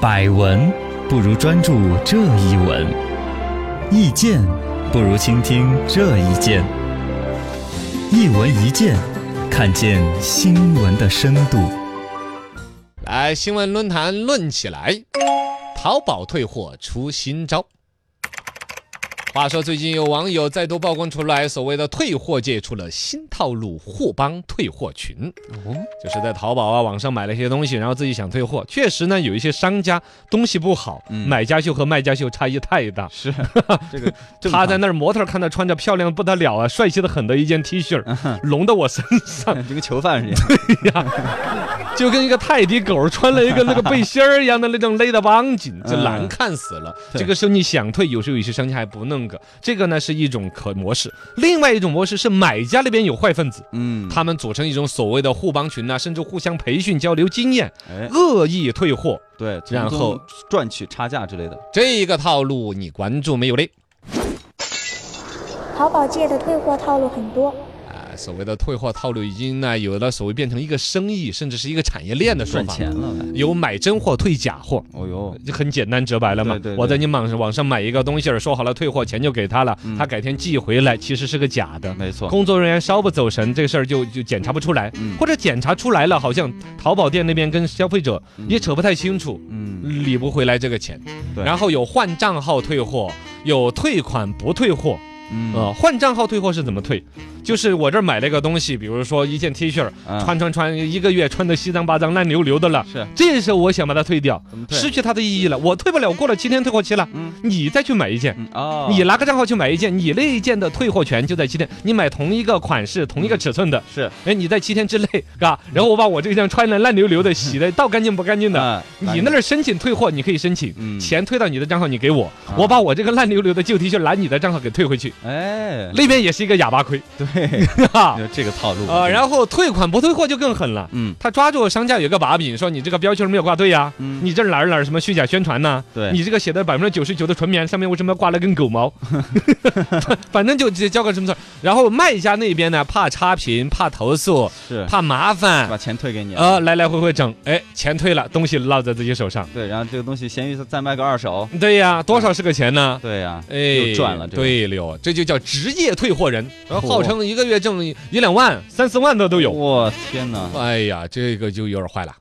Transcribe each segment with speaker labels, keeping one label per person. Speaker 1: 百闻不如专注这一闻，意见不如倾听这一见。一闻一见，看见新闻的深度。
Speaker 2: 来，新闻论坛论起来，淘宝退货出新招。话说最近有网友再度曝光出来，所谓的退货界出了新套路——货帮退货群。
Speaker 3: 哦
Speaker 2: 就是在淘宝啊、网上买了一些东西，然后自己想退货。确实呢，有一些商家东西不好，
Speaker 3: 嗯
Speaker 2: 买家秀和卖家秀差异太大。
Speaker 3: 是 这个正
Speaker 2: 他
Speaker 3: 常
Speaker 2: 在那儿，模特儿看他穿着漂亮不得了啊，帅气的很的一件 T 恤
Speaker 3: 嗯
Speaker 2: 儿，隆的我身上，
Speaker 3: 就跟囚犯似的，
Speaker 2: 就跟一个泰迪狗穿了一个那个背心儿一样的那种勒得梆紧，这难看死了。
Speaker 3: 对
Speaker 2: 这个时候你想退，有时候有些商家还不弄个。这个呢是一种可模式，另外一种模式是买家那边有坏分子，
Speaker 3: 嗯，
Speaker 2: 他们组成一种所谓的互帮群呐、甚至互相培训交流经验，
Speaker 3: 哎，
Speaker 2: 恶意退货。
Speaker 3: 对，从
Speaker 2: 然
Speaker 3: 中
Speaker 2: 后
Speaker 3: 赚取差价之类的，
Speaker 2: 这一个套路你关注没有嘞？
Speaker 4: 淘宝界的退货套路很多，
Speaker 2: 啊，所谓的退货套路已经呢有了所谓变成一个生意，甚至是一个产业链的说
Speaker 3: 赚
Speaker 2: 法，
Speaker 3: 钱了，哎
Speaker 2: 有买真货退假货。
Speaker 3: 哦哟，
Speaker 2: 就很简单直白了嘛。
Speaker 3: 对对对
Speaker 2: 我在你网上网上买一个东西儿，说好了退货，钱就给他了，
Speaker 3: 嗯
Speaker 2: 他改天寄回来，其实是个假的。
Speaker 3: 没错，
Speaker 2: 工作人员稍不走神，这事儿就就检查不出来，
Speaker 3: 嗯
Speaker 2: 或者检查出来了，好像淘宝店那边跟消费者也扯不太清楚，
Speaker 3: 嗯，
Speaker 2: 理不回来这个钱。
Speaker 3: 对
Speaker 2: 然后有换账号退货，有退款不退货。
Speaker 3: 嗯
Speaker 2: 呃，换账号退货是怎么退？就是我这儿买了个东西，比如说一件 T 恤儿，
Speaker 3: 啊
Speaker 2: 穿穿穿一个月穿的稀脏巴脏烂溜溜的了，
Speaker 3: 是
Speaker 2: 这时候我想把它退掉，
Speaker 3: 怎么退
Speaker 2: 失去它的意义了。我退不了，过了七天退货期了，
Speaker 3: 嗯
Speaker 2: 你再去买一件。
Speaker 3: 嗯哦，
Speaker 2: 你拿个账号去买一件，你那一件的退货权就在七天。你买同一个款式、同一个尺寸的，
Speaker 3: 是
Speaker 2: 哎，你在七天之内，嘎，
Speaker 3: 嗯
Speaker 2: 然后我把我这件穿的烂溜溜的、洗的倒干净不干净的，
Speaker 3: 那
Speaker 2: 你那儿申请退货，你可以申请，
Speaker 3: 啊嗯
Speaker 2: 钱退到你的账号，你给我，
Speaker 3: 啊
Speaker 2: 我把我这个烂溜溜的旧 T 恤拿你的账号给退回去，
Speaker 3: 哎，
Speaker 2: 那边也是一个哑巴亏，
Speaker 3: 对，
Speaker 2: 哈，
Speaker 3: 就这个套路
Speaker 2: 呃，然后退款不退货就更狠了。
Speaker 3: 嗯
Speaker 2: 他抓住商家有个把柄，说你这个标签没有挂对啊呀、
Speaker 3: 嗯
Speaker 2: 你这哪儿哪儿什么虚假宣传呐？
Speaker 3: 对
Speaker 2: 你这个写的百分之九十九的纯棉上面为什么要挂了根狗 毛？ 反正就直接交个什么事儿。然后卖家那边呢，怕差评，怕投诉，
Speaker 3: 是
Speaker 2: 怕麻
Speaker 3: 把
Speaker 2: 烦，
Speaker 3: 钱退给你
Speaker 2: 呃，
Speaker 3: 啊，
Speaker 2: 来来回回整，哎，钱退了，东西落在自己手上。
Speaker 3: 对，然后这个东西闲鱼再卖个二手，
Speaker 2: 对呀，多少是个钱呢？
Speaker 3: 对呀，
Speaker 2: 哎，
Speaker 3: 又赚了这个哦
Speaker 2: 对了，这就叫职业退货人，
Speaker 3: 嚯
Speaker 2: 号称一个月挣一两万、三四万的都有。
Speaker 3: 我天 哪，
Speaker 2: 哎呀，这个就有点坏了。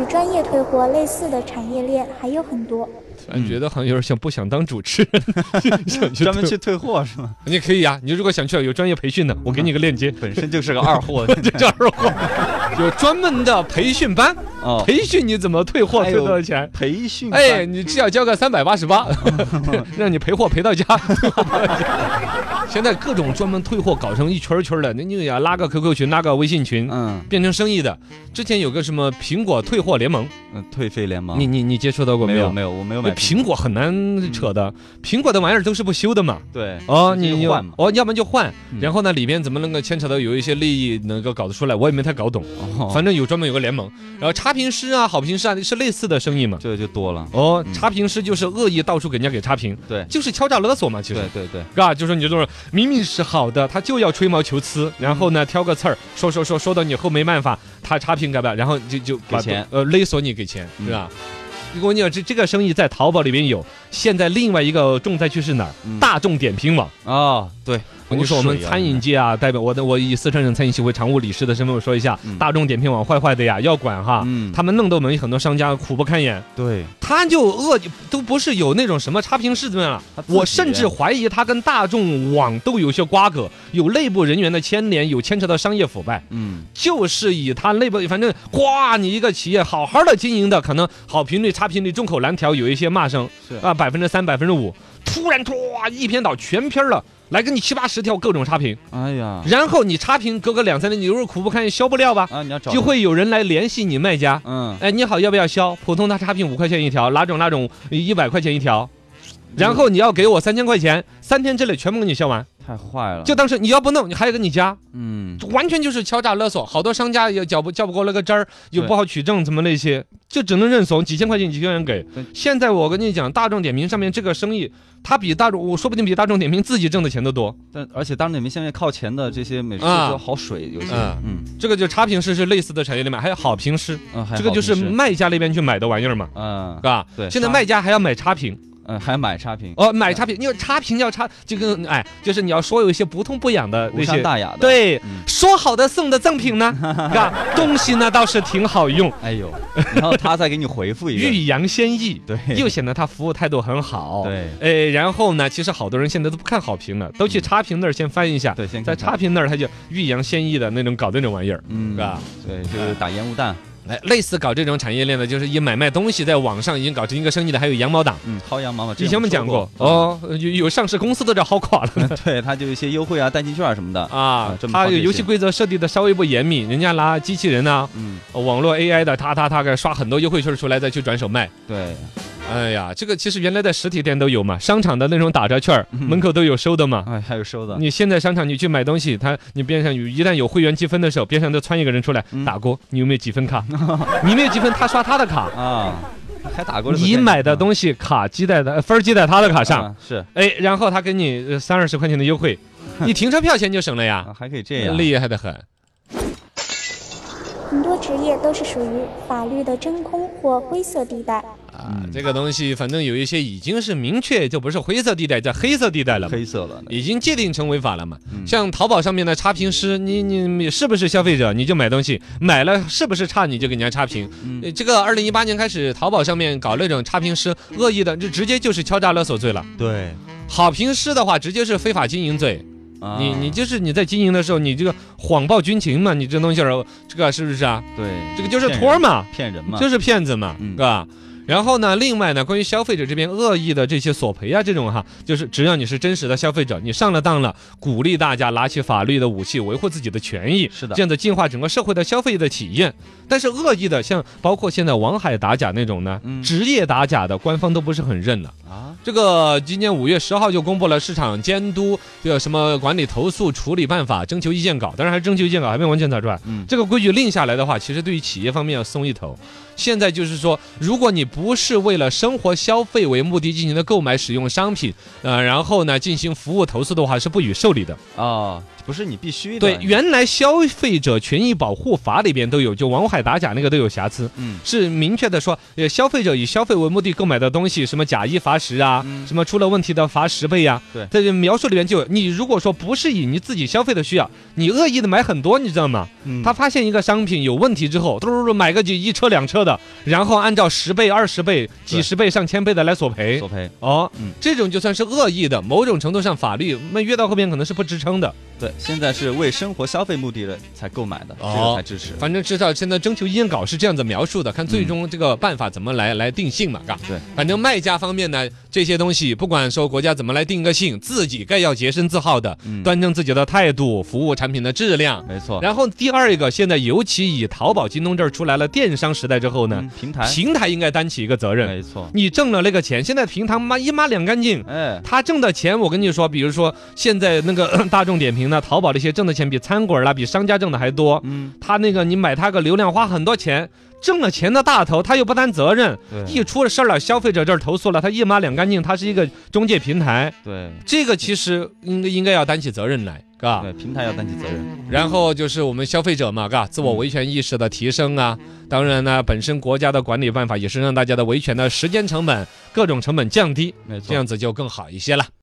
Speaker 4: 与专业退货类似的产业链还有很多。
Speaker 2: 突然觉得好像有点想不想当主持人， 想去
Speaker 3: 嗯专门
Speaker 2: 退
Speaker 3: 去退货是吗？
Speaker 2: 你可以啊，你如果想去有专业培训的，我给你个链接，
Speaker 3: 本身就是个二货，
Speaker 2: 这叫二货，有专门的培训班，
Speaker 3: 哦，
Speaker 2: 培训你怎么退货
Speaker 3: 哎
Speaker 2: 退
Speaker 3: 呦
Speaker 2: 多少钱。
Speaker 3: 培训班，
Speaker 2: 哎，你至少交个三百八十 八，让你赔货赔到家。 现在各种专门退货搞成一圈儿一圈儿的，那你也要拉个 QQ 群，拉个微信群，
Speaker 3: 嗯
Speaker 2: 变成生意的。之前有个什么苹果退货联盟，
Speaker 3: 嗯，退费联盟
Speaker 2: 你你你接触到过
Speaker 3: 没
Speaker 2: 没有？
Speaker 3: 没有，我没有
Speaker 2: 那
Speaker 3: 买嗯
Speaker 2: 苹果很难扯的，苹果的玩意儿都是不修的嘛。
Speaker 3: 对
Speaker 2: 哦，
Speaker 3: 直接
Speaker 2: 你
Speaker 3: 换嘛，
Speaker 2: 哦，要不然就换，
Speaker 3: 嗯
Speaker 2: 然后呢，里边怎么能够牵扯到有一些利益能够搞得出来，我也没太搞懂。
Speaker 3: 哦
Speaker 2: 反正有专门有个联盟，然后差评师啊、好评师啊是类似的生意嘛。
Speaker 3: 这个就多了，
Speaker 2: 哦，
Speaker 3: 嗯
Speaker 2: 差评师就是恶意到处给人家给差评，
Speaker 3: 对
Speaker 2: 就是敲诈勒索嘛，其实
Speaker 3: 对。对对，
Speaker 2: 嘎，就说你这种人明明是好的，他就要吹毛求疵，然后呢挑个刺儿说说说说到你后没办法，他差评改不了，然后就就把
Speaker 3: 给钱
Speaker 2: 呃勒索你给钱，
Speaker 3: 嗯
Speaker 2: 是吧？我跟你讲，这这个生意在淘宝里边有，现在另外一个重灾区是哪儿？
Speaker 3: 嗯
Speaker 2: 大众点评网。
Speaker 3: 哦，对，
Speaker 2: 我跟你说，我们餐
Speaker 3: 嗯
Speaker 2: 饮界啊，代表我的我以四川省餐饮协会常务理事的身份，我说一下，
Speaker 3: 嗯
Speaker 2: 大众点评网坏坏的呀，要管哈。
Speaker 3: 嗯，
Speaker 2: 他们弄得我们很多商家苦不堪言，
Speaker 3: 对，
Speaker 2: 他就恶都不是有那种什么差评事件了
Speaker 3: 他，自己
Speaker 2: 我甚至怀疑他跟大众网都有些瓜葛，有内部人员的牵连，有牵扯到商业腐败，
Speaker 3: 嗯，
Speaker 2: 就是以他内部反正哗，你一个企业好好的经营的，可能好评率、差评率众口难调，有一些骂声
Speaker 3: 是
Speaker 2: 啊，百分之三、百分之五，突然唰一篇倒全篇了，来给你七八十条各种差评，
Speaker 3: 哎呀，
Speaker 2: 然后你差评隔个两三天，你如果苦不堪言消不掉吧，
Speaker 3: 啊，你要找
Speaker 2: 就，会有人来联系你卖家。
Speaker 3: 嗯，
Speaker 2: 哎，你好，要不要消？普通它差评五块钱一条，哪种哪种一百块钱一条？然后你要给我三千块钱，三天之内全部给你销完，
Speaker 3: 太坏了，
Speaker 2: 就当是你要不弄，你还有个你家，
Speaker 3: 嗯，
Speaker 2: 完全就是敲诈勒索。好多商家也缴不叫不过那个真儿，又
Speaker 3: 对
Speaker 2: 不好取证，怎么那些，就只能认怂，几千块钱几千人给
Speaker 3: 对。
Speaker 2: 现在我跟你讲，大众点评上面这个生意，它比大众，我说不定比大众点评自己挣的钱都多。
Speaker 3: 但而且当然你们现在靠前的这些美食
Speaker 2: 啊
Speaker 3: 都好水，有些
Speaker 2: 嗯
Speaker 3: 嗯
Speaker 2: 这个就差评师是类似的产业链嘛，还有好评师，
Speaker 3: 嗯，还
Speaker 2: 这个
Speaker 3: 好
Speaker 2: 就是
Speaker 3: 平时
Speaker 2: 卖家那边去买的玩意儿嘛，
Speaker 3: 嗯
Speaker 2: 是吧？
Speaker 3: 对
Speaker 2: 现在
Speaker 3: 差
Speaker 2: 卖家还要买差评，
Speaker 3: 嗯还买差评，
Speaker 2: 哦，买差评，因为差评要差，就跟哎，就是你要说有一些不痛不痒的
Speaker 3: 无
Speaker 2: 那
Speaker 3: 伤
Speaker 2: 些，
Speaker 3: 大雅的，，
Speaker 2: 对
Speaker 3: 嗯，
Speaker 2: 说好的送的赠品 呢，啊，东西呢倒是挺好用，
Speaker 3: 哎呦，然后他再给你回复一个，
Speaker 2: 欲扬先抑，
Speaker 3: 对
Speaker 2: 又显得他服务态度很好，。
Speaker 3: 对
Speaker 2: 哎，然后呢，其实好多人现在都不看好评了，都去差评那儿先翻一下，
Speaker 3: 嗯对，先
Speaker 2: 在
Speaker 3: 看看
Speaker 2: 差，评那儿他就欲扬先抑的那种搞那种玩意儿，
Speaker 3: 嗯
Speaker 2: 是吧？
Speaker 3: 对，就是打烟雾弹，
Speaker 2: 哎，类似搞这种产业链的，就是以买卖东西在网上已经搞成一个生意的，还有羊毛党。
Speaker 3: 嗯，薅羊毛嘛，
Speaker 2: 以前我们讲过
Speaker 3: 过，
Speaker 2: 哦，有有上市公司都叫薅垮了
Speaker 3: 对，他就有一些优惠啊、代金 券啊什么的，
Speaker 2: 啊
Speaker 3: 啊这！么
Speaker 2: 他
Speaker 3: 好
Speaker 2: 有
Speaker 3: 这
Speaker 2: 游
Speaker 3: 些
Speaker 2: 戏规则设计的稍微不严密，人家拿机器人呐、
Speaker 3: 嗯，
Speaker 2: 网络 AI 的，他他他给刷很多优惠券出来，再去转手卖。
Speaker 3: 对，
Speaker 2: 哎呀，这个其实原来在实体店都有嘛，商场的那种打折券儿，
Speaker 3: 嗯
Speaker 2: 门口都有收的嘛。
Speaker 3: 哎，还有收的，
Speaker 2: 你现在商场你去买东西，他你边上有一旦有会员积分的时候，边上都窜一个人出来
Speaker 3: 嗯
Speaker 2: 打勾，你有没有积分 卡？你没有积分，他刷他的卡。
Speaker 3: 啊，还打过了，
Speaker 2: 你买的
Speaker 3: 西
Speaker 2: 东西卡积在的分儿积在他的卡上，
Speaker 3: 啊是
Speaker 2: 哎，然后他给你呃三二十块钱的优 惠，你停车票钱就省了呀
Speaker 3: 啊，，还可以这样，
Speaker 2: 厉害的很。
Speaker 4: 很多职业都是属于法律的真空或灰色地带。
Speaker 2: 啊
Speaker 3: 嗯，
Speaker 2: 这个东西反正有一些已经是明确就不是灰色地带，叫黑色地带了嘛，
Speaker 3: 黑色了，
Speaker 2: 已经界定成违法了嘛。
Speaker 3: 嗯
Speaker 2: 像淘宝上面的差评师，你你你是不是消费者，你就买东西，买了是不是差你就给人家差评。
Speaker 3: 嗯
Speaker 2: 呃这个二零一八年开始，淘宝上面搞那种差评师恶意的，就直接就是敲诈勒索罪了。
Speaker 3: 对，
Speaker 2: 好评师的话，直接是非法经营罪。
Speaker 3: 啊
Speaker 2: 你你就是你在经营的时候，你这个谎报军情嘛，你这东西儿，这个是不是啊？
Speaker 3: 对，
Speaker 2: 这个就是
Speaker 3: 骗
Speaker 2: 托儿
Speaker 3: 人
Speaker 2: 嘛，
Speaker 3: 骗人嘛，
Speaker 2: 就是骗子嘛，
Speaker 3: 嗯
Speaker 2: 是吧？然后呢，另外呢，关于消费者这边恶意的这些索赔啊，这种哈，就是只要你是真实的消费者，你上了当了，鼓励大家拿起法律的武器维护自己的权益，
Speaker 3: 是的
Speaker 2: 这样子净化整个社会的消费的体验。但是恶意的，像包括现在王海打假那种呢，
Speaker 3: 嗯
Speaker 2: 职业打假的，官方都不是很认了。
Speaker 3: 啊，
Speaker 2: 这个今年五月十号就公布了市场监督这个什么管理投诉处理办法征求意见稿，当然还是征求意见稿还没完全查出来。
Speaker 3: 嗯
Speaker 2: 这个规矩定下来的话，其实对于企业方面要松一头。现在就是说，如果你不是为了生活消费为目的进行的购买使用商品，呃，然后呢进行服务投诉的话，是不予受理的。
Speaker 3: 哦，不是你必须的，
Speaker 2: 对，原来消费者权益保护法里边都有，就王海打假那个都有瑕疵。
Speaker 3: 嗯
Speaker 2: 是明确的说，呃，消费者以消费为目的购买的东西，什么假一罚十啊，
Speaker 3: 嗯
Speaker 2: 什么出了问题的罚十倍呀、
Speaker 3: 对
Speaker 2: 在这描述里面就有，你如果说不是以你自己消费的需要，你恶意的买很多，你知道吗？
Speaker 3: 嗯
Speaker 2: 他发现一个商品有问题之后，嘟嘟嘟买个几一车两车的，然后按照十倍、二十倍、几十倍、上千倍的来索赔
Speaker 3: 索。赔，
Speaker 2: 哦
Speaker 3: 嗯，
Speaker 2: 这种就算是恶意的，某种程度上法律那越到后面可能是不支撑的。
Speaker 3: 对，现在是为生活消费目的的才购买的，这
Speaker 2: 哦
Speaker 3: 个才支持，
Speaker 2: 反正至少现在征求意见稿是这样子描述的，看最终这个办法怎么来、来定性嘛，嘎。
Speaker 3: 嗯对，
Speaker 2: 反正卖家方面呢，这些东西不管说国家怎么来定个性，自己该要洁身自好的，
Speaker 3: 嗯
Speaker 2: 端正自己的态度，服务产品的质量。
Speaker 3: 没错，
Speaker 2: 然后第二一个，现在尤其以淘宝、京东这儿出来了电商时代之后呢
Speaker 3: 嗯，平台，
Speaker 2: 平台应该担起一个责任。
Speaker 3: 没错，
Speaker 2: 你挣了那个钱，现在平台妈一抹两干净。
Speaker 3: 哎，
Speaker 2: 他挣的钱，我跟你说，比如说现在那个 大众点评呢、淘宝这些挣的钱比餐馆儿啦、比商家挣的还多。
Speaker 3: 嗯，
Speaker 2: 他那个你买他个流量花很多钱，挣了钱的大头他又不担责任，
Speaker 3: 对
Speaker 2: 一出了事儿了，消费者这儿投诉了，他一抹两干净，他是一个中介平台，
Speaker 3: 对
Speaker 2: 这个其实应该应该要担起责任来，嘎。
Speaker 3: 对，平台要担起责任，
Speaker 2: 然后就是我们消费者嘛，嘎，自我维权意识的提升啊，
Speaker 3: 嗯
Speaker 2: 当然呢，本身国家的管理办法也是让大家的维权的时间成本、各种成本降低，
Speaker 3: 没错
Speaker 2: 这。样子就更好一些了。